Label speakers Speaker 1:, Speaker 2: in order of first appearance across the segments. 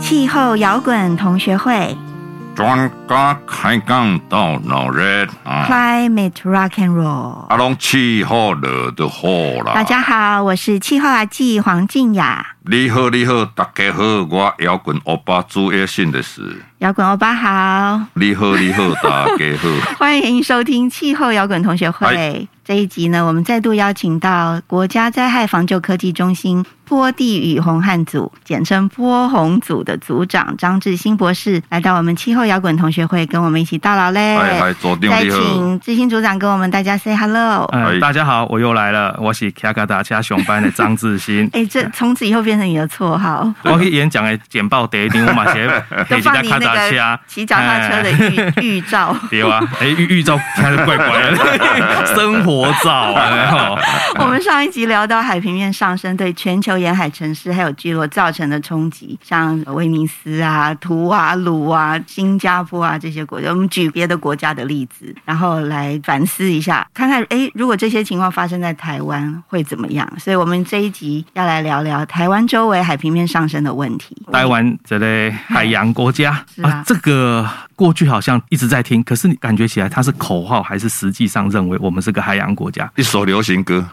Speaker 1: 气候摇滚同学会
Speaker 2: 专家开讲到闹热啊，
Speaker 1: （Climate Rock and Roll）。
Speaker 2: 啊，拢气候惹的祸啦。
Speaker 1: 大家好，我是气候阿纪黄静雅，
Speaker 2: 你好，你好，大家好，我摇滚欧巴朱叶信的是，
Speaker 1: 摇滚欧巴好，
Speaker 2: 你好，你好，大家 好。
Speaker 1: 欢迎收听气候摇滚同学
Speaker 2: 嗨
Speaker 1: 会。这一集呢，我们再度邀请到国家灾害防救科技中心坡地与洪旱组，简称坡洪组的组长张志新博士，来到我们气候摇滚同学会，跟我们一起到老嘞。
Speaker 2: 哎，来，左定
Speaker 1: 再
Speaker 2: 你好，
Speaker 1: 请志新组长跟我们大家 say hello。。
Speaker 2: 哎
Speaker 3: 呃，大家好，我又来了，我是卡卡达加熊班的张志新
Speaker 1: 哎，这从此以后变成你的绰号。
Speaker 3: 我去演讲的简报第一张，我嘛 写
Speaker 1: 都
Speaker 3: 写
Speaker 1: 放你
Speaker 3: 卡啊达
Speaker 1: 那个
Speaker 3: 车，哎
Speaker 1: 骑脚踏车的预预照。
Speaker 3: 对啊，哎，预预兆开始怪怪的， 生活照啊哎然后
Speaker 1: 我们上一集聊到海平面上升对全球沿海城市还有聚落造成的冲击，像威尼斯啊、图瓦鲁啊、新加坡啊这些国家，我们举别的国家的例子，然后来反思一下，看看诶，如果这些情况发生在台湾会怎么样？所以我们这一集要来聊聊台湾周围海平面上升的问题。
Speaker 3: 台湾这类海洋国家
Speaker 1: 是啊
Speaker 3: 这个过去好像一直在听，可是你感觉起来它是口号，还是实际上认为我们是个海洋国家？
Speaker 2: 一首流 行歌，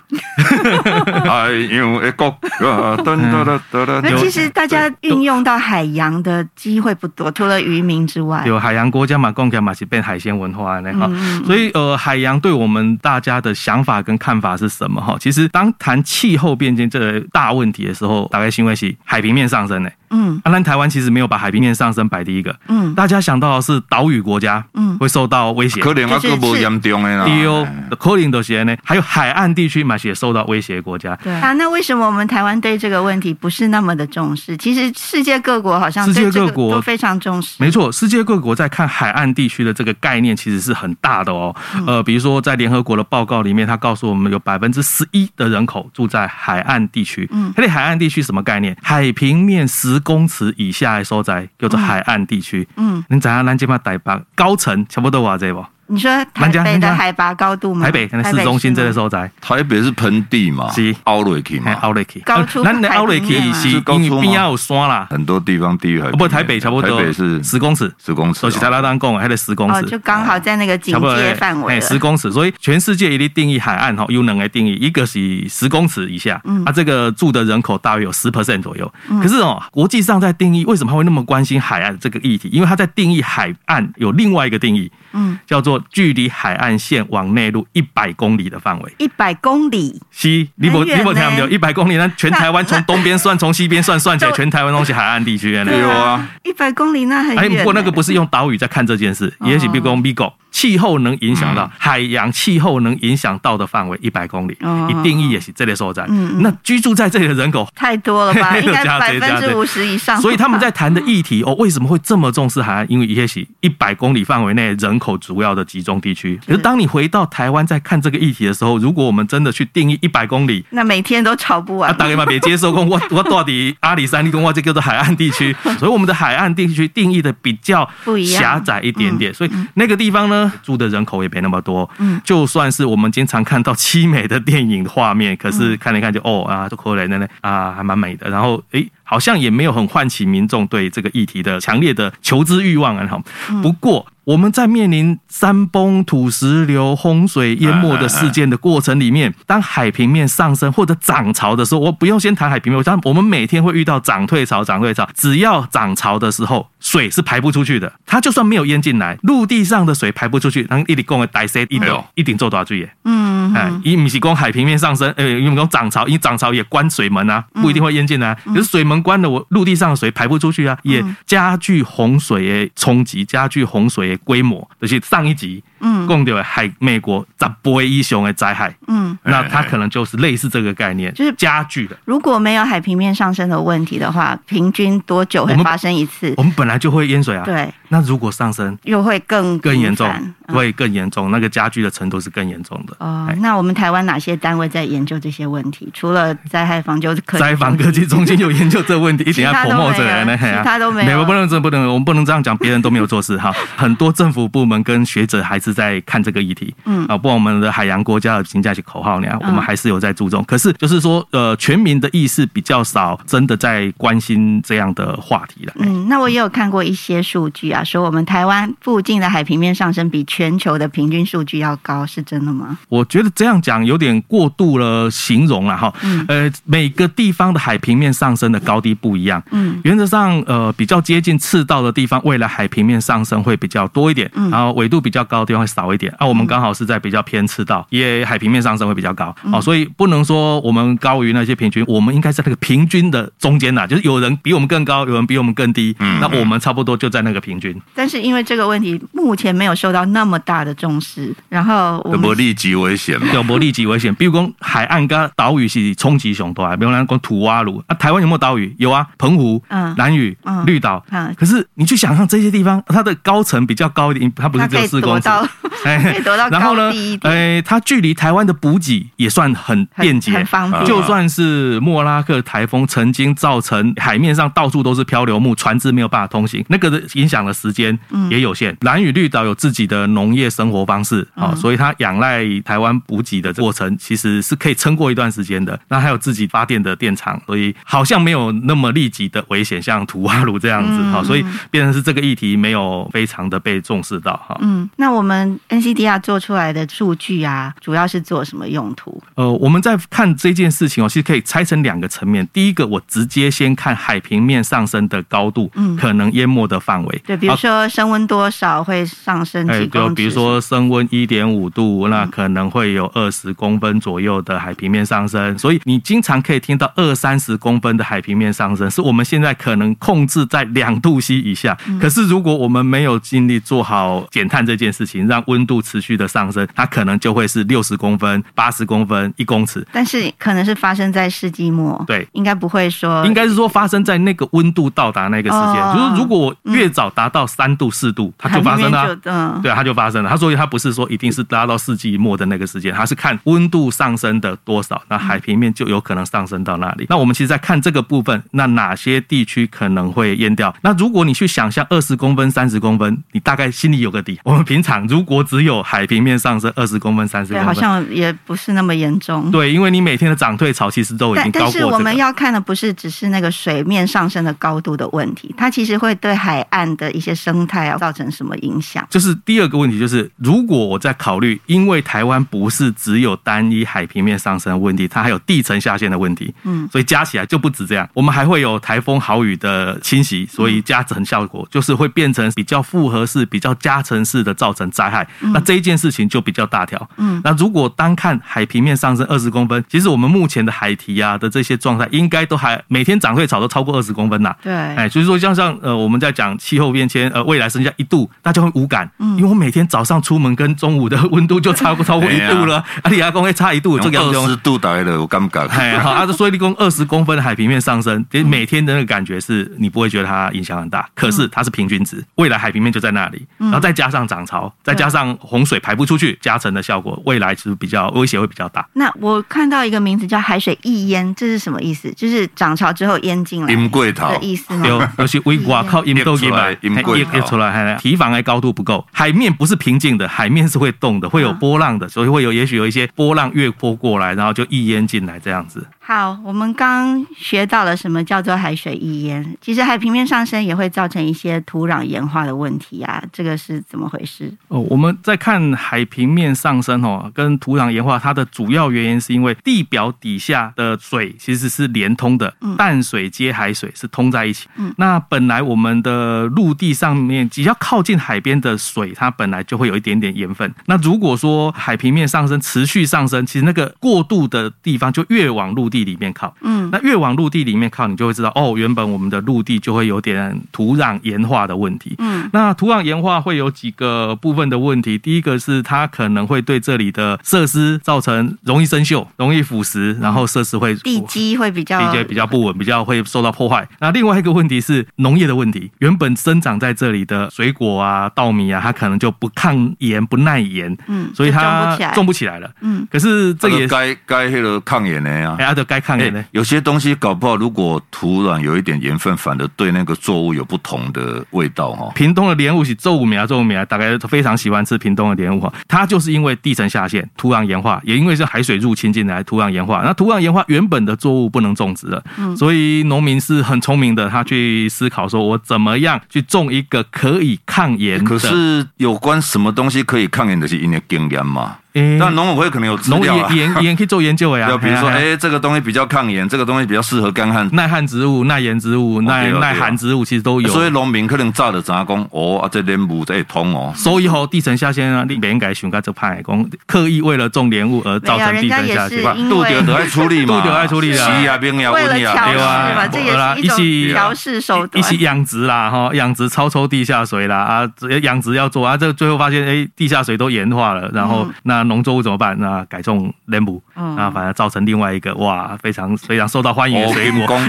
Speaker 2: 哎呦，一个啊，噔噔噔噔噔
Speaker 1: 那
Speaker 2: 噔
Speaker 1: 其实大家运用到海洋的机会不多，除了渔民之外，
Speaker 3: 有海洋国家嘛，贡献嘛是变海鲜文化呢哈。
Speaker 1: 嗯
Speaker 3: 所以呃，海洋对我们大家的想法跟看法是什么哈？其实当谈气候变迁这个大问题的时候，大概因为是海平面上升呢。
Speaker 1: 嗯
Speaker 3: 啊，那台湾其实没有把海平面上升摆第一个，
Speaker 1: 嗯
Speaker 3: 大家想到的是岛屿国家
Speaker 1: 嗯，
Speaker 3: 会受到威胁。
Speaker 2: 可能啊，啊
Speaker 1: 就是
Speaker 2: 个无严重的啦。哎
Speaker 3: 丢可能都是呢，还有海岸地区嘛，也受到威胁的国家。
Speaker 1: 对啊，那为什么我们台湾对这个问题不是那么的重视？其实世界各国好像
Speaker 3: 世界
Speaker 1: 对这个
Speaker 3: 各国
Speaker 1: 都非常重视。
Speaker 3: 没错，世界各国在看海岸地区的这个概念其实是很大的哦。
Speaker 1: 嗯
Speaker 3: 呃，比如说在联合国的报告里面，它告诉我们有百分之十一的人口住在海岸地区。
Speaker 1: 嗯
Speaker 3: 它的海岸地区什么概念？海平面十公尺以下的所在叫做海岸地区。
Speaker 1: 嗯，
Speaker 3: 你知道咱这边台北高层差不多啊多这不？
Speaker 1: 你说台
Speaker 3: 人家
Speaker 1: 北
Speaker 3: 人
Speaker 1: 的
Speaker 3: 家
Speaker 1: 海拔高度吗？
Speaker 3: 台北可能市中心这个所在，
Speaker 2: 台北是盆地嘛，
Speaker 3: 是
Speaker 2: 凹落去
Speaker 3: 哎，
Speaker 2: 嘛，
Speaker 3: 奥雷克，
Speaker 1: 哦高出
Speaker 3: 咱的奥雷克
Speaker 1: 海平面吗啊
Speaker 3: 是
Speaker 2: 是高出吗
Speaker 3: 因为边要有山啦，哦
Speaker 2: 很多地方低于海平面。
Speaker 3: 不，台北差不多
Speaker 2: 台北是
Speaker 3: 十公尺，
Speaker 2: 十公尺
Speaker 3: 都
Speaker 2: 哦，
Speaker 3: 是台拉当讲的还得十公
Speaker 1: 哦，
Speaker 3: 尺
Speaker 1: 就。刚好在那个警
Speaker 3: 差不多
Speaker 1: 戒范围
Speaker 3: 哎，
Speaker 1: 了
Speaker 3: 十公尺，所以全世界一律定义海岸哦哈，有两个定义，一个是十公尺以下，
Speaker 1: 嗯
Speaker 3: 啊，这个住的人口大约有十 percent 左右。可是哦，国际上在定义为什么他会那么关心海岸这个议题？因为他在定义海岸有另外一个定义，
Speaker 1: 嗯，
Speaker 3: 叫做距离海岸线往内陆一百公里的范围。
Speaker 1: 一百公里，
Speaker 3: 西，你不
Speaker 1: 很远
Speaker 3: 你不听
Speaker 1: 呢
Speaker 3: 没有？一百公里，那全台湾从东边算，从西边 算，算起来全台湾都是海岸地区的呢。
Speaker 2: 对啊，
Speaker 1: 一百公里那很
Speaker 3: 哎，
Speaker 1: 远呢。哦
Speaker 3: 不过那个不是用岛屿在看这件事，也许比如说 Bigo，气候能影响
Speaker 1: 嗯
Speaker 3: 到海洋，气候能影响到的范围一百公里
Speaker 1: 哦，
Speaker 3: 一定义也是这类所在
Speaker 1: 嗯嗯。
Speaker 3: 那居住在这里的 人口。
Speaker 1: 太多了 吧？应该
Speaker 3: 加
Speaker 1: 百
Speaker 3: 对
Speaker 1: 分
Speaker 3: 加
Speaker 1: 之
Speaker 3: 对
Speaker 1: 五十以上吧。
Speaker 3: 所以他们在谈的议题哦，为什么会这么重视海岸？因为也许一百公里范围内人口主要的集中地区。可是当你回到台湾在看这个议题的时候，如果我们真的去定义一百公里，
Speaker 1: 那每天都吵不
Speaker 3: 啊，
Speaker 1: 完。
Speaker 3: 大概嘛别接受讲我 我到底阿里山地公，我这叫做海岸地 区，所以我们的海岸地区定义的比较
Speaker 1: 不一样
Speaker 3: 狭窄一点点，所以那个地方呢住的人口也没那么多。
Speaker 1: 嗯
Speaker 3: 就算是我们经常看到凄美的电影画面，可是看了看就
Speaker 1: 嗯
Speaker 3: 哦啊，都可怜的呢啊，还蛮美的。然后诶。好像也没有很唤起民众对这个议题的强烈的求知欲望啊。哈
Speaker 1: 嗯
Speaker 3: 不过我们在面临山崩、土石流、洪水淹没的事件的过程里面，当海平面上升或者涨潮的时候，我不用先谈海平面，我想我们每天会遇到涨退潮、涨退潮。只要涨潮的时候，水是排不出去的，它就算没有淹进来，陆地上的水排不出去，然后一直供的大塞一
Speaker 2: 哎
Speaker 3: 顶
Speaker 2: 呦
Speaker 3: 一顶做多少罪耶？
Speaker 1: 嗯，
Speaker 3: 哎，伊唔是讲海平面上升，呃，因为讲涨潮，因为涨潮也关水门啊，
Speaker 1: 嗯
Speaker 3: 不一定会淹进来、啊。可是水门关了，我陆地上的水排不出去
Speaker 1: 嗯
Speaker 3: 啊，也加剧洪水的冲击，加剧洪水的规模。就是上一集
Speaker 1: 嗯
Speaker 3: 讲到的海美国十倍以上的灾害，
Speaker 1: 嗯，
Speaker 3: 那它可能就是类似这个概念，
Speaker 1: 就是
Speaker 3: 加剧了。
Speaker 1: 如果没有海平面上升的问题的话，平均多久会
Speaker 3: 我们
Speaker 1: 发生一次
Speaker 3: 我？们本来就会淹水啊，
Speaker 1: 对，
Speaker 3: 那如果上升
Speaker 1: 又会更
Speaker 3: 更严重
Speaker 1: 频繁，嗯
Speaker 3: 会更严重，那个加剧的程度是更严重的。
Speaker 1: 哦，那我们台湾哪些单位在研究这些问题？除了灾害防救科技中心
Speaker 3: 灾防哎科技中心有研究这个问题，一点要
Speaker 1: 其他都
Speaker 3: promote
Speaker 1: 没有
Speaker 3: 人呢，嘿啊
Speaker 1: 其他都没有
Speaker 3: 不能这不能，我们不能这样讲，别人都没有做事哈。很多政府部门跟学者还是在看这个议题。
Speaker 1: 嗯
Speaker 3: 啊，不然我们的海洋国家的评价是口号那样，我们
Speaker 1: 嗯
Speaker 3: 还是有在注重。可是就是说，呃，全民的意识比较少，真的在关心这样的话题了。
Speaker 1: 嗯，那我也有看过一些数据啊，说我们台湾附近的海平面上升比全球的平均数据要高，是真的吗？
Speaker 3: 我觉得这样讲有点过度了形容了哈。
Speaker 1: 嗯
Speaker 3: 呃，每个地方的海平面上升的高低不一样。
Speaker 1: 嗯
Speaker 3: 原则上，呃，比较接近赤道的地方，未来海平面上升会比较多一点，
Speaker 1: 嗯
Speaker 3: 然后纬度比较高的地方会少一点。啊，我们刚好是在比较偏赤道，也海平面上升会比较高，
Speaker 1: 嗯
Speaker 3: 哦，所以不能说我们高于那些平均，我们应该在那个平均的中间呐，就是有人比我们更高，有人比我们更低，
Speaker 2: 嗯
Speaker 3: 那我们差不多就在那个平均。
Speaker 1: 但是因为这个问题目前没有受到那么大的重视，然后我
Speaker 2: 有没有
Speaker 1: 们
Speaker 2: 立即危险嘛？
Speaker 3: 有无立即危险？比如讲海岸跟岛屿是冲击上大的，比如咱讲土蛙鲁啊，台湾有没有岛屿？有啊，澎湖、
Speaker 1: 嗯
Speaker 3: 蓝屿、
Speaker 1: 嗯
Speaker 3: 绿岛。
Speaker 1: 嗯
Speaker 3: 可是你去想象这些地方，它的高层比较高一点，它不是只有四公尺
Speaker 1: 它可以，
Speaker 3: 哎
Speaker 1: 可以躲到
Speaker 3: 然后
Speaker 1: 高
Speaker 3: 呢
Speaker 1: 地一，点
Speaker 3: 哎，它距离台湾的补给也算很便
Speaker 1: 很
Speaker 3: 捷啊
Speaker 1: 很。方便，
Speaker 3: 就算是莫拉克台风曾经造成海面上到处都是漂流木，船只没有办法通行，那个的影响的时间也有限。蓝屿绿岛有自己的农业生活方式，哦，所以它仰赖台湾补给的过程，其实是可以撑过一段时间的。那还有自己发电的电厂，所以好像没有那么立即的危险，像图瓦鲁这样子，哈、所以变成是这个议题没有非常的被重视到，哈、
Speaker 1: 嗯，那我们 NCDR 做出来的数据啊，主要是做什么用途？
Speaker 3: 呃，我们在看这件事情哦，其实可以拆成两个层面。第一个，我直接先看海平面上升的高度，
Speaker 1: 嗯
Speaker 3: 可能淹没的范围。
Speaker 1: 对，比如
Speaker 3: 啊
Speaker 1: 说升温多少会上升
Speaker 3: 哎，
Speaker 1: 几公
Speaker 3: 就
Speaker 1: 尺？
Speaker 3: 比如说升温一点五度，
Speaker 1: 嗯
Speaker 3: 那可能会有二十公分左右的海平面上升，所以你经常可以听到二三十公分的海平面上升，是我们现在可能控制在两度 C 以下。
Speaker 1: 嗯
Speaker 3: 可是如果我们没有尽力做好减碳这件事情，让温度持续的上升，它可能就会是六十公分、八十公分、一公尺。
Speaker 1: 但是可能是发生在世纪末，
Speaker 3: 对
Speaker 1: 应该不会说
Speaker 3: 应该是说发生在那个温度到达那个时间，
Speaker 1: 哦
Speaker 3: 就是如果我越早达到三度四度，它
Speaker 1: 海
Speaker 3: 就
Speaker 1: 平
Speaker 3: 发
Speaker 1: 面
Speaker 3: 生了啊、
Speaker 1: 就嗯，
Speaker 3: 对啊，它就发生了。它所以它不是说一定是拉到世纪末的那个时间，它是看温度上升的多少，那海平面就有可能上升到那
Speaker 1: 嗯
Speaker 3: 里。那我们其实，在看这个部分，那哪些地区可能会淹掉？那如果你去想象二十公分、三十公分，你大概心里有个底。我们平常如果只有海平面上升二十公分、三十
Speaker 1: 对，
Speaker 3: 公
Speaker 1: 好
Speaker 3: 分，
Speaker 1: 像也不是那么严重。
Speaker 3: 对，因为你每天的涨退潮其实都已
Speaker 1: 但
Speaker 3: 经
Speaker 1: 但
Speaker 3: 高
Speaker 1: 是
Speaker 3: 过
Speaker 1: 我
Speaker 3: 这
Speaker 1: 们
Speaker 3: 个。
Speaker 1: 要看的不是只是那个水面上升的高度的问题，它其实会对海岸的一些生态啊造成什么影响？
Speaker 3: 就是第二个问题，就是如果我在考虑，因为台湾不是只有单一海平面上升的问题，它还有地层下陷的问题，
Speaker 1: 嗯，
Speaker 3: 所以加起来就不止这样，我们还会有台风豪雨的侵袭，所以加成效
Speaker 1: 嗯
Speaker 3: 果就是会变成比较复合式、比较加成式的造成灾害。那这一件事情就比较大条。
Speaker 1: 嗯，
Speaker 3: 那如果单看海平面上升二十公分，其实我们目前的海堤啊的这些状态，应该都还每天涨退潮都超过二十公分呐、
Speaker 1: 对，
Speaker 3: 哎，所以说像像呃，我们在讲气候变迁，呃，未来剩下一度，大家会无感，因为我每天早上出门跟中午的 温度就超过超过一度了，啊，你阿公会差一度，这个
Speaker 2: 二十
Speaker 3: 样
Speaker 2: 度台了，我感觉。
Speaker 3: 哎，好，啊，所以你讲二十公分的海平面上升，其实每天的那个感觉是你不会觉得它影响很大，可是它是平均值，未来海平面就在那里，然后再加上涨潮，再加上洪水排不出去，加成的效果，未来是比较威胁会比较大。
Speaker 1: 那我看到一个名字叫“海水溢淹”，这是什么意思？就是涨潮之后淹进来
Speaker 2: 淹过头
Speaker 1: 的意思吗？
Speaker 3: 有，尤其微挂靠阴沟
Speaker 2: 溢出
Speaker 3: 阴
Speaker 2: 来
Speaker 3: 嘛，
Speaker 2: 阴沟
Speaker 3: 嘿
Speaker 2: 阴沟
Speaker 3: 溢出来，嘿提防的高度不够，海面不是平静的，海面是会动的，会有波浪的，所以会有也许有一些波浪越波过来，然后就溢淹进来这样子。
Speaker 1: 好，我们刚学到了什么叫做海水溢淹。其实海平面上升也会造成一些土壤盐化的问题啊，这个是怎么回事？
Speaker 3: 哦，我们在看海平面上升哦，跟土壤盐化，它的主要原因是因为地表底下的水其实是连通的，淡水接海水是通在一起。
Speaker 1: 嗯
Speaker 3: 那本来我们的陆地上面比较靠近海边的水，它本来就会有一点点盐分。那如果说海平面上升持续上升，其实那个过度的地方就越往陆地里面靠。
Speaker 1: 嗯
Speaker 3: 那越往陆地里面靠，你就会知道哦，原本我们的陆地就会有点土壤盐化的问题。
Speaker 1: 嗯
Speaker 3: 那土壤盐化会有几个部分的问题，第一个是它可能会对这里的设施造成容易生锈、容易腐蚀，然后设施会
Speaker 1: 地基会比较
Speaker 3: 地基比较不稳，比较会受到破坏。那另外一个问题是农业的问题，原本生长在这里的水果啊、稻米啊，它可能就不抗盐、不耐盐，
Speaker 1: 嗯，
Speaker 3: 所以
Speaker 1: 就种
Speaker 3: 它
Speaker 1: 不起来。
Speaker 3: 种不起来了。
Speaker 1: 嗯
Speaker 3: 可是这
Speaker 2: 这
Speaker 3: 也
Speaker 2: 个
Speaker 3: 是
Speaker 2: 该该迄个抗炎的啊
Speaker 3: 哎，呀，就该看的
Speaker 2: 哎、
Speaker 3: 呢。
Speaker 2: 有些东西搞不好，如果土壤有一点盐分，反而对那个作物有不同的味道哈。
Speaker 3: 屏东的莲雾是周五苗，周五苗大概非常喜欢吃屏东的莲雾哈，它就是因为地层下陷、土壤盐化，也因为是海水入侵进来，土壤盐化，那土壤盐化原本的作物不能种植了，所以农民是很聪明的，他去思考说我怎么样去种一个可以抗盐的。
Speaker 2: 可是有关什么东西可以抗盐的是因为经验嘛？
Speaker 3: 诶，
Speaker 2: 但农委会可能有资
Speaker 3: 嗯农
Speaker 2: 料啊
Speaker 3: 研， 研研可以做研究呀
Speaker 2: 要，比如说，
Speaker 3: 嘿啊
Speaker 2: 哎、
Speaker 3: 嘿啊
Speaker 2: 这个东西比较抗盐，这个东西比较适合干旱，
Speaker 3: 耐旱植物、耐盐植物、耐
Speaker 2: 对哦
Speaker 3: 耐
Speaker 2: 对哦
Speaker 3: 寒植物其实都有。
Speaker 2: 所以农民可能早就知影讲，哦，啊，这莲雾这会通哦。
Speaker 3: 所以吼，地层下陷啊，你不应该想到这派讲刻意为了种莲雾而造
Speaker 1: 没有
Speaker 3: 成
Speaker 1: 人
Speaker 3: 地
Speaker 1: 家
Speaker 3: 层
Speaker 1: 也
Speaker 3: 下
Speaker 1: 是
Speaker 3: 陷。
Speaker 1: 因
Speaker 2: 杜
Speaker 1: 为
Speaker 2: 德得爱处 理嘛，
Speaker 3: 杜德爱处理啊
Speaker 2: 洗啊冰呀
Speaker 1: 为了
Speaker 2: 温
Speaker 1: 调试
Speaker 3: 对啊
Speaker 1: 嘛，这
Speaker 3: 好啦
Speaker 1: 也是一
Speaker 3: 一起
Speaker 1: 种调试手
Speaker 3: 一
Speaker 1: 段。
Speaker 3: 起养殖啦，哈，养殖超抽地下水啦，啊，这养殖要做啊，这最后发现，哎、地下水都盐化了，然后、
Speaker 1: 嗯
Speaker 3: 那农作物怎么办？那改种莲雾，
Speaker 1: 嗯
Speaker 3: 啊，反而造成另外一个哇，非常非常受到欢迎的
Speaker 2: 哦，
Speaker 3: 水果，
Speaker 2: 公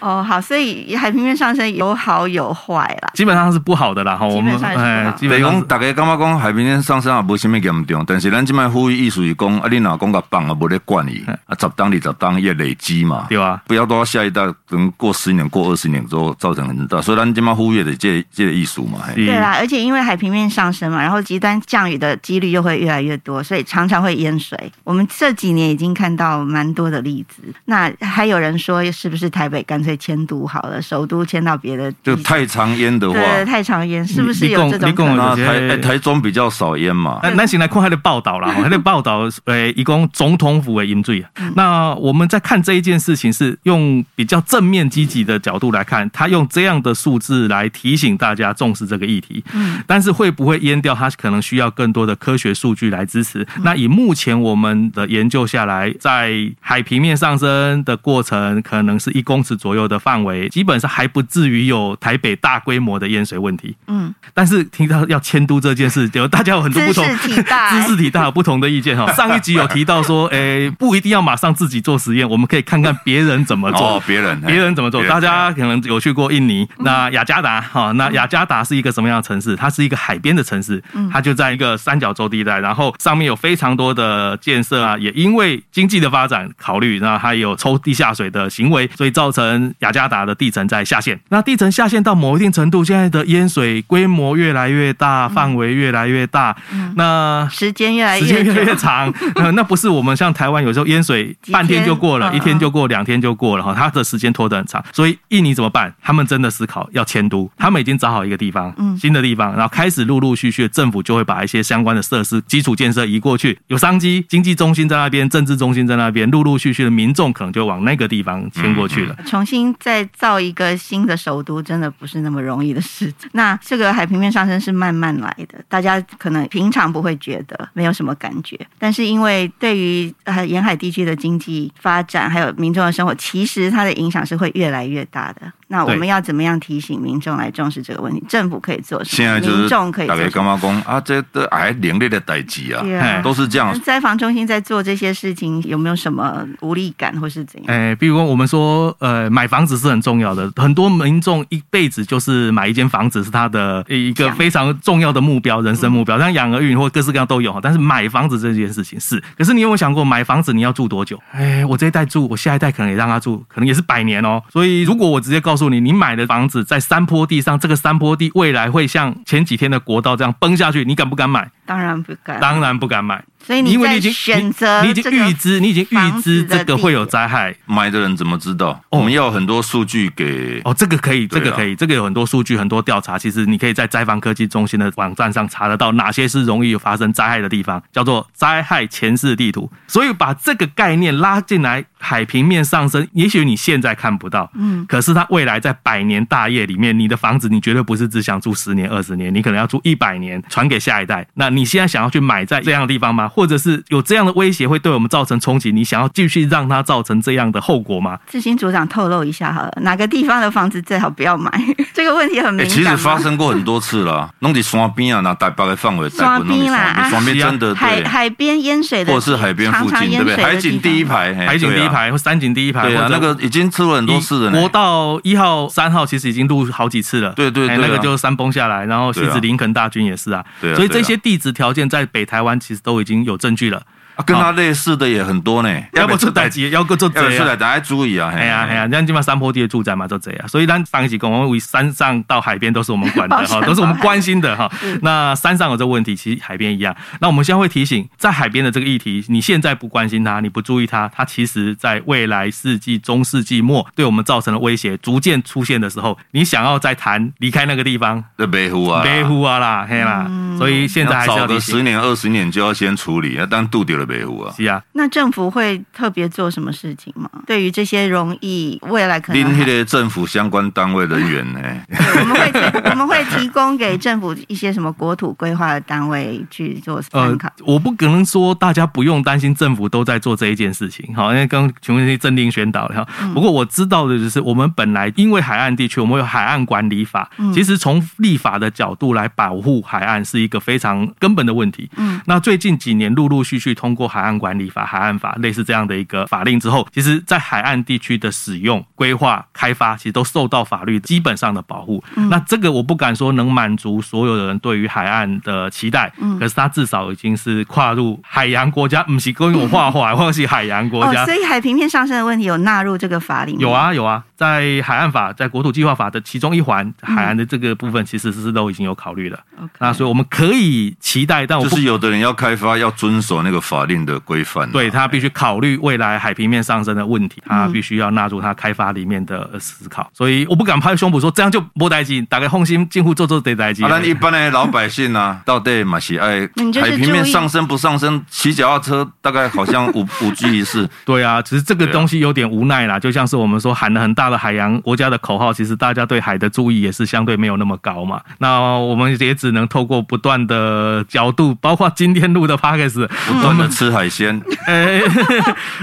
Speaker 1: 哦，好，所以海平面上升有好有坏啦。
Speaker 3: 基本上是不好的啦，哈，我们
Speaker 1: 基本
Speaker 3: 哎
Speaker 1: 上是不好
Speaker 2: 就是
Speaker 3: 基本上
Speaker 2: 讲
Speaker 3: 是
Speaker 2: 大家感觉讲海平面上升也无啥物严重，但是咱即摆呼吁意思是讲，啊，你若讲甲放啊，无咧管伊，啊，十当二十当也累积嘛。
Speaker 3: 对吧？
Speaker 2: 不要到下一代，可能过十年、过二十年之后造成很大，所以咱今麦呼吁的这这个艺术嘛，嘿
Speaker 3: 是
Speaker 1: 对啦，而且因为海平面上升嘛，然后极端降雨的几率又会越来越多，所以常常会淹水。我们这几年已经看到蛮多的例子。那还有人说，是不是台北干脆迁都好了，首都迁到别的地
Speaker 2: 就
Speaker 1: 方？
Speaker 2: 太常淹的话，
Speaker 1: 对太常淹，是不是
Speaker 3: 你
Speaker 1: 有这
Speaker 3: 你
Speaker 1: 种
Speaker 3: 讲
Speaker 1: 可能
Speaker 3: 你讲？
Speaker 2: 那
Speaker 3: 有些
Speaker 2: 台、哎台中比较少淹嘛。
Speaker 3: 那咱先来看他的报道啦，他的报道，呃，一共总统府的饮罪。那我们在看这一件事情，是用比较正面积极的角度来看，他用这样的数字来提醒大家重视这个议题。
Speaker 1: 嗯
Speaker 3: 但是会不会淹掉，它可能需要更多的科学数据来支持。那以目前我们的研究下来，在海平面上升的过程，可能是一公尺左右的范围，基本上还不至于有台北大规模的淹水问题。
Speaker 1: 嗯，
Speaker 3: 但是听到要迁都这件事，有大家有很多不同
Speaker 1: 知识体大
Speaker 3: 知识体大有不同的意见哈。上一集有提到说，诶、不一定要马上自己做实验，我们可以看看别人怎么做
Speaker 2: 哦，。别人，嘿
Speaker 3: 别人怎么做？
Speaker 2: 别
Speaker 3: 大家可能有去过印尼，那雅加达哈，那雅加达是一个什么样的城市？它是一个海边的城市，它就在一个三角洲地带，然后上面有非常多的建设啊，也因为经济的发展考虑，那它有抽地下水的行为，所以造成雅加达的地层在下陷。那地层下陷到某一定程度，现在的淹水规模越来越大，范围越来越大，那
Speaker 1: 时间越来
Speaker 3: 时
Speaker 1: 越
Speaker 3: 间越来
Speaker 1: 久
Speaker 3: 越，长、呃那不是我们像台湾有时候淹水
Speaker 1: 几天
Speaker 3: 半天就过了，
Speaker 1: 嗯
Speaker 3: 一天就过，两天就过了哈，它的时间拖得很长。所以印尼怎么办？他们真的思考要迁都，他们已经找好一个地方，
Speaker 1: 嗯
Speaker 3: 新的地方，然后开始陆陆续续政府就会把一些相关的设施、基础建设移过去，有商机，经济中心在那边，政治中心在那边，陆陆续续的民众可能就往那个地方迁过去了。
Speaker 1: 重新再造一个新的首都，真的不是那么容易的事。那这个海平面上升是慢慢来的，大家可能平常不会觉得没有什么感觉，但是因为对于呃沿海地区的经济发展，还有民众的生活，其实它的影响是会越来越大的。那我
Speaker 3: 对
Speaker 1: 们要怎么样提醒民众来重视这个问题？政府可以做什
Speaker 2: 现
Speaker 1: 么？
Speaker 2: 在就
Speaker 1: 民
Speaker 2: 是
Speaker 1: 众可以
Speaker 2: 大
Speaker 1: 做
Speaker 2: 家
Speaker 1: 什
Speaker 2: 干
Speaker 1: 么？
Speaker 2: 嘛讲啊？这都哎，凌厉的代志啊，
Speaker 1: 对啊
Speaker 2: 都是这样
Speaker 1: 那。灾防中心在做这些事情，有没有什么无力感或是怎样？
Speaker 3: 哎，比如说我们说，呃，买房子是很重要的，很多民众一辈子就是买一间房子是他的呃一个
Speaker 1: 想
Speaker 3: 非常重要的目标，人生目标。像养儿育女或各式各样都有，但是买房子这件事情是，可是你有没有想过，买房子你要住多久？哎，我这一代住，我下一代可能也让他住，可能也是百年哦。所以如果我直接告诉你，你买的房子在山坡地上，这个山坡地未来会像前几天的国道这样崩下去，你敢不敢买？
Speaker 1: 当然不敢。
Speaker 3: 当然不敢买，
Speaker 1: 所以
Speaker 3: 因为你
Speaker 1: 呃在
Speaker 3: 已经
Speaker 1: 选择
Speaker 3: 你你已经
Speaker 1: 这个
Speaker 3: 预知，你已经预
Speaker 1: 房
Speaker 3: 知
Speaker 1: 子的
Speaker 3: 这个会有
Speaker 1: 地点
Speaker 3: 灾害。
Speaker 2: 买的人怎么知道？
Speaker 3: 哦
Speaker 2: 我们要有很多数据给
Speaker 3: 哦，这个可以，这
Speaker 2: 对啊
Speaker 3: 个可以，这个有很多数据，很多调查。其实你可以在灾防科技中心的网站上查得到哪些是容易发生灾害的地方，叫做灾害前示地图。所以把这个概念拉进来，海平面上升，也许你现在看不到，
Speaker 1: 嗯，
Speaker 3: 可是它未来在百年大业里面，你的房子你绝对不是只想住十年、二十年，你可能要住一百年，传给下一代。那你现在想要去买在这样的地方吗？或者是有这样的威胁会对我们造成冲击，你想要继续让它造成这样的后果吗？
Speaker 1: 自行组长透露一下好了，哪个地方的房子最好不要买？ 这个问题很
Speaker 2: 哎、
Speaker 1: 敏
Speaker 2: 其
Speaker 1: 感
Speaker 2: 实
Speaker 1: 吗。
Speaker 2: 发生过很多次 了，弄起山边啊，那台北的范围，台
Speaker 1: 山
Speaker 2: 北弄
Speaker 1: 边
Speaker 2: 起
Speaker 1: 啦
Speaker 2: 山边，山边
Speaker 3: 啊
Speaker 2: 真的
Speaker 1: 海
Speaker 2: 对，
Speaker 1: 海边淹水的，
Speaker 2: 或者是海边附
Speaker 1: 常常
Speaker 2: 近，
Speaker 1: 淹
Speaker 2: 对不对？
Speaker 1: 水的
Speaker 2: 海
Speaker 1: 地
Speaker 2: 景
Speaker 1: 方
Speaker 2: 第一，排，嘿
Speaker 3: 海景第一，排或山景第一排，
Speaker 2: 哎啊对啊
Speaker 3: 或，者
Speaker 2: 对啊，那个已经出了很多事了呢。
Speaker 3: 国道一号、三号其实已经录好几次了，
Speaker 2: 对对
Speaker 3: 哎
Speaker 2: 对啊
Speaker 3: 那个就是山崩下来，然后西
Speaker 2: 对
Speaker 3: 子
Speaker 2: 啊
Speaker 3: 林肯大军也是啊，
Speaker 2: 对啊
Speaker 3: 所以
Speaker 2: 对
Speaker 3: 这
Speaker 2: 啊
Speaker 3: 些地质条件在北台湾其实都已经经有证据了。
Speaker 2: 啊跟他类似的也很多呢。
Speaker 3: 要不做代
Speaker 2: 代，
Speaker 3: 志，要不做
Speaker 2: 要不
Speaker 3: 贼
Speaker 2: 出
Speaker 3: 啊！
Speaker 2: 来大家注意啊。嘿
Speaker 3: 哎呀
Speaker 1: 嗯
Speaker 3: 哎呀，咱即嘛山坡地的住宅嘛，就这样。所以咱上一集讲，我们为山上到海边都是我们管的
Speaker 1: 包山
Speaker 3: 哈，
Speaker 1: 包海嗯
Speaker 3: 都是我们关心的哈。那山上有这个问题，其实海边一样。那我们现在会提醒，在海边的这个议题，你现在不关心它，你不注意它，它其实在未来世纪中世纪末对我们造成的威胁逐渐出现的时候，你想要再谈离开那个地方，
Speaker 2: 这北湖啊，
Speaker 3: 别呼啊啦，嘿啦。
Speaker 1: 嗯
Speaker 3: 所以现在还是
Speaker 2: 早
Speaker 3: 要
Speaker 2: 个
Speaker 3: 提
Speaker 2: 十
Speaker 3: 醒。
Speaker 2: 年二十年就要先处理啊，当杜丢了北湖啊。
Speaker 3: 是啊，
Speaker 1: 那政府会特别做什么事情吗？对于这些容易未来
Speaker 3: 啊
Speaker 1: 可
Speaker 2: 拎
Speaker 1: 能
Speaker 2: 迄个政府相关单位人员呢，
Speaker 1: 对我们会提我们会提供给政府一些什么国土规划的单位去做参
Speaker 3: 呃
Speaker 1: 考。，
Speaker 3: 我不可能说大家不用担心，政府都在做这一件事情，好，因为刚刚全国政令宣导了哈。
Speaker 1: 嗯
Speaker 3: 不过我知道的就是，我们本来因为海岸地区，我们有海岸管理法，
Speaker 1: 嗯
Speaker 3: 其实从立法的角度来保护海岸是一个非常根本的问题。
Speaker 1: 嗯，
Speaker 3: 那最近几年陆陆续续通过海岸管理法、海岸法类似这样的一个法令之后，其实在海岸地区的使用、规划、开发，其实都受到法律基本上的保护。
Speaker 1: 嗯
Speaker 3: 那这个我不敢说能满足所有的人对于海岸的期待，
Speaker 1: 嗯
Speaker 3: 可是它至少已经是跨入海洋国家，不是跟我 画画，或者是海洋国
Speaker 1: 哦
Speaker 3: 家，。
Speaker 1: 所以海平面上升的问题有纳入这个法里面。
Speaker 3: 有，啊有啊，在海岸法、在国土计划法的其中一环，海岸的这个部分其实是都已经有考虑了。
Speaker 1: 嗯
Speaker 3: 那所以我们可以期待，但我
Speaker 2: 就
Speaker 3: 哦不
Speaker 2: 是有的人要开发要遵守那个法令的规范啊。
Speaker 3: 对他必须考虑未来海平面上升的问题，
Speaker 2: 嗯
Speaker 3: 他必须要纳入他开发里面的呃思考。所以我不敢拍胸脯说这样就没代机，打开放心近乎做做得代机
Speaker 2: 啊，。咱一般的老百姓 啊，到底嘛是爱
Speaker 1: 嗯就是
Speaker 2: 海平面
Speaker 1: 注意
Speaker 2: 上升不上升，骑脚踏车大概好像 五五 G 一次，
Speaker 3: 对啊，只是这个
Speaker 2: 对啊
Speaker 3: 东西有点无奈啦，就像是我们说喊了很大的海洋国家的口号，其实大家对海的注意也是相对没有那么高嘛。那我们也只能透过不断的角度，包括今天录的 p o d c a s
Speaker 2: 不断的吃海鲜，
Speaker 3: 哎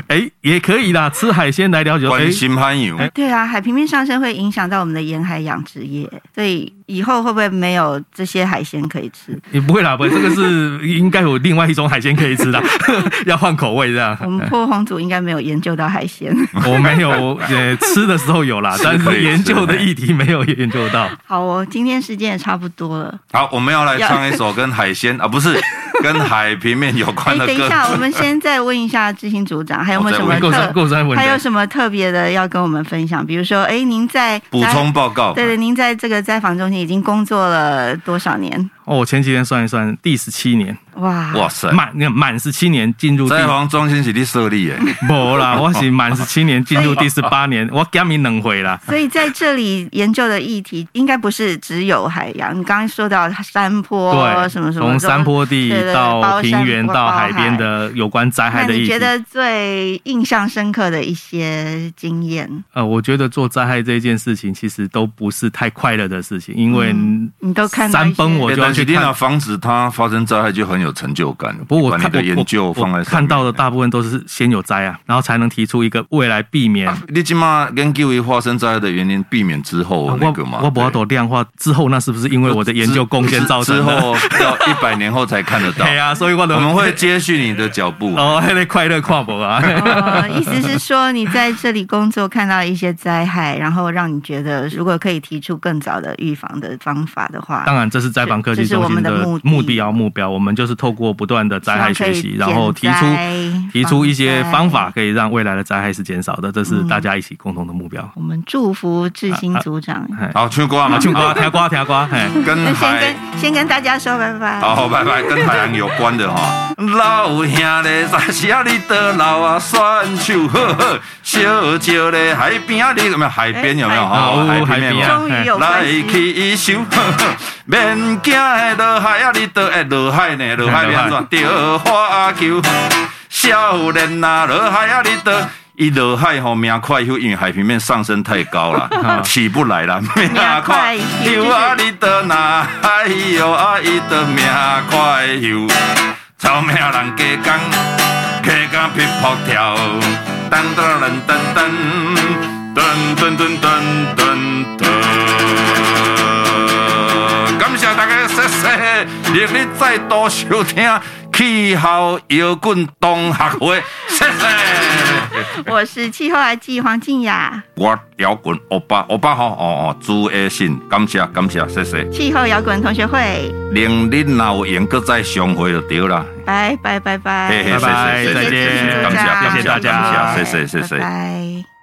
Speaker 3: 哎也可以啦，吃海鲜来了解。哎
Speaker 2: 关心海洋。
Speaker 1: 对啊，海平面上升会影响到我们的沿海养殖业，所以以后会不会没有这些海鲜可以吃？
Speaker 3: 也不会啦，不会，这个是应该有另外一种海鲜可以吃的， 要换口味这样。
Speaker 1: 我 们破红组应该没有研究到海鲜。
Speaker 3: 我没有，呃，吃的时候有啦，但
Speaker 2: 可以
Speaker 3: 是
Speaker 2: 吃
Speaker 3: 研究的议题没有 研究 到。
Speaker 1: 好哦，今天时间也差不多 了。
Speaker 2: 好，我们要来唱一首跟海鲜啊，不是跟海平面有关
Speaker 1: 哎，
Speaker 2: 的
Speaker 1: 等一
Speaker 2: 歌。
Speaker 1: 下，我们先再问一下执行组 长，还有没有什么
Speaker 2: 我再
Speaker 3: 够三
Speaker 1: 特，
Speaker 3: 够三文
Speaker 1: 还有
Speaker 3: 的，
Speaker 1: 什么特别的要跟我们分享？比如说，哎，您在
Speaker 2: 补充报告，
Speaker 1: 对对，您在这个灾访中心已经工作了多少年？
Speaker 3: 哦，我前几天算一算，第十七年，
Speaker 1: 哇，
Speaker 2: 哇塞，
Speaker 3: 满那满十七年进入第
Speaker 2: 在
Speaker 1: 哦
Speaker 2: 黄中心是你设立耶，
Speaker 3: 不啦，我是满十七年进入第十八年，
Speaker 1: 哦
Speaker 3: 我加你两回啦。
Speaker 1: 所以在这里研究的议题应该不是只有海洋，你刚刚说到山坡
Speaker 3: 对，
Speaker 1: 哦什么什么，
Speaker 3: 从山。坡地
Speaker 1: 对对对
Speaker 3: 到
Speaker 1: 包山
Speaker 3: 平原
Speaker 1: 包
Speaker 3: 到海
Speaker 1: 海
Speaker 3: 边的有关灾
Speaker 1: 那
Speaker 3: 害的议
Speaker 1: 你
Speaker 3: 题
Speaker 1: 觉，得最印象深刻的一些经验，
Speaker 3: 呃，我觉得做灾害这件事情其实都不是太快乐的事情，因为
Speaker 1: 你都看到一
Speaker 3: 山
Speaker 1: 些
Speaker 3: 崩我就要
Speaker 2: 但
Speaker 3: 去
Speaker 2: 是你
Speaker 3: 看
Speaker 2: 要。防止它发生灾害就很有成就感。
Speaker 3: 不过我
Speaker 2: 把你
Speaker 3: 看
Speaker 2: 的研究
Speaker 3: 我
Speaker 2: 放在
Speaker 3: 我
Speaker 2: 上
Speaker 3: 看
Speaker 2: 面
Speaker 3: 到的大部分都是先有灾啊，然后才能提出一个未来避免。
Speaker 2: 啊你起码研究为发生灾害的原因，避免之后
Speaker 3: 啊我
Speaker 2: 那个嘛，
Speaker 3: 我不要
Speaker 2: 对
Speaker 3: 多量化之后，那是不是因为我的研究贡献造
Speaker 2: 之
Speaker 3: 成的？
Speaker 2: 后要一百年后才看 得到。
Speaker 3: 对啊，所以我的
Speaker 2: 我们会接续你的脚步。
Speaker 3: 哦，还得快乐跨博 啊。
Speaker 1: 哦，意思是说你在这里工作看到一些灾害，然后让你觉得如果可以提出更早的预防的方法的话，
Speaker 3: 当然，这是灾防科技中心
Speaker 1: 这是我们的目
Speaker 3: 目
Speaker 1: 的
Speaker 3: 的要目标。我们就是透过不断的灾害学习，然后提出
Speaker 1: 出
Speaker 3: 提出一些方法，。可以让未来的灾害是减少的。这是
Speaker 1: 嗯
Speaker 3: 大家一起共同的目标。
Speaker 1: 我们祝福志新
Speaker 3: 啊
Speaker 1: 组长，
Speaker 2: 好，去瓜嘛，
Speaker 3: 啊，青瓜，甜瓜，甜瓜，嘿。
Speaker 2: 跟
Speaker 1: 那先
Speaker 2: 海。
Speaker 1: 跟先跟大家说拜拜。
Speaker 2: 好，拜拜，跟海洋有关的哈。老兄嘞，三时啊你倒老啊，选手好好，小笑嘞，海边啊你有没有？海边有没有？
Speaker 1: 哎
Speaker 2: 哈
Speaker 3: 海边
Speaker 2: 有没有
Speaker 3: 海边
Speaker 1: 终于有
Speaker 2: 来
Speaker 1: 关系。
Speaker 2: 去伊收， 免惊的落海啊！你倒会落海呢，落海要安怎？着花球，少年啊，落海啊！你倒。伊落海吼命快休，因为海平面上升太高了，起不来 了。命
Speaker 1: 快休
Speaker 2: 休啊！你倒哪海哟啊！伊倒命快休，臭命人加讲。客家皮跑跳，噔噔噔噔噔噔噔噔噔噔。感谢大家，谢谢，热烈再度收听气候摇滚同学会，谢谢。
Speaker 1: 我是气候癌季黄静雅，
Speaker 2: 我摇滚欧巴，欧巴吼，哦哦，朱爱信，感谢感谢，谢谢。
Speaker 1: 气候摇滚同学会。
Speaker 2: 令恁若有闲，搁再相会就对啦。
Speaker 1: 拜拜拜
Speaker 2: 嘿嘿，
Speaker 1: 拜，
Speaker 3: 拜拜
Speaker 2: 谢谢
Speaker 1: 再
Speaker 2: 谢谢
Speaker 1: 见
Speaker 2: 感谢感谢
Speaker 1: 谢谢大家
Speaker 2: 感谢，谢谢谢谢。
Speaker 1: 拜拜。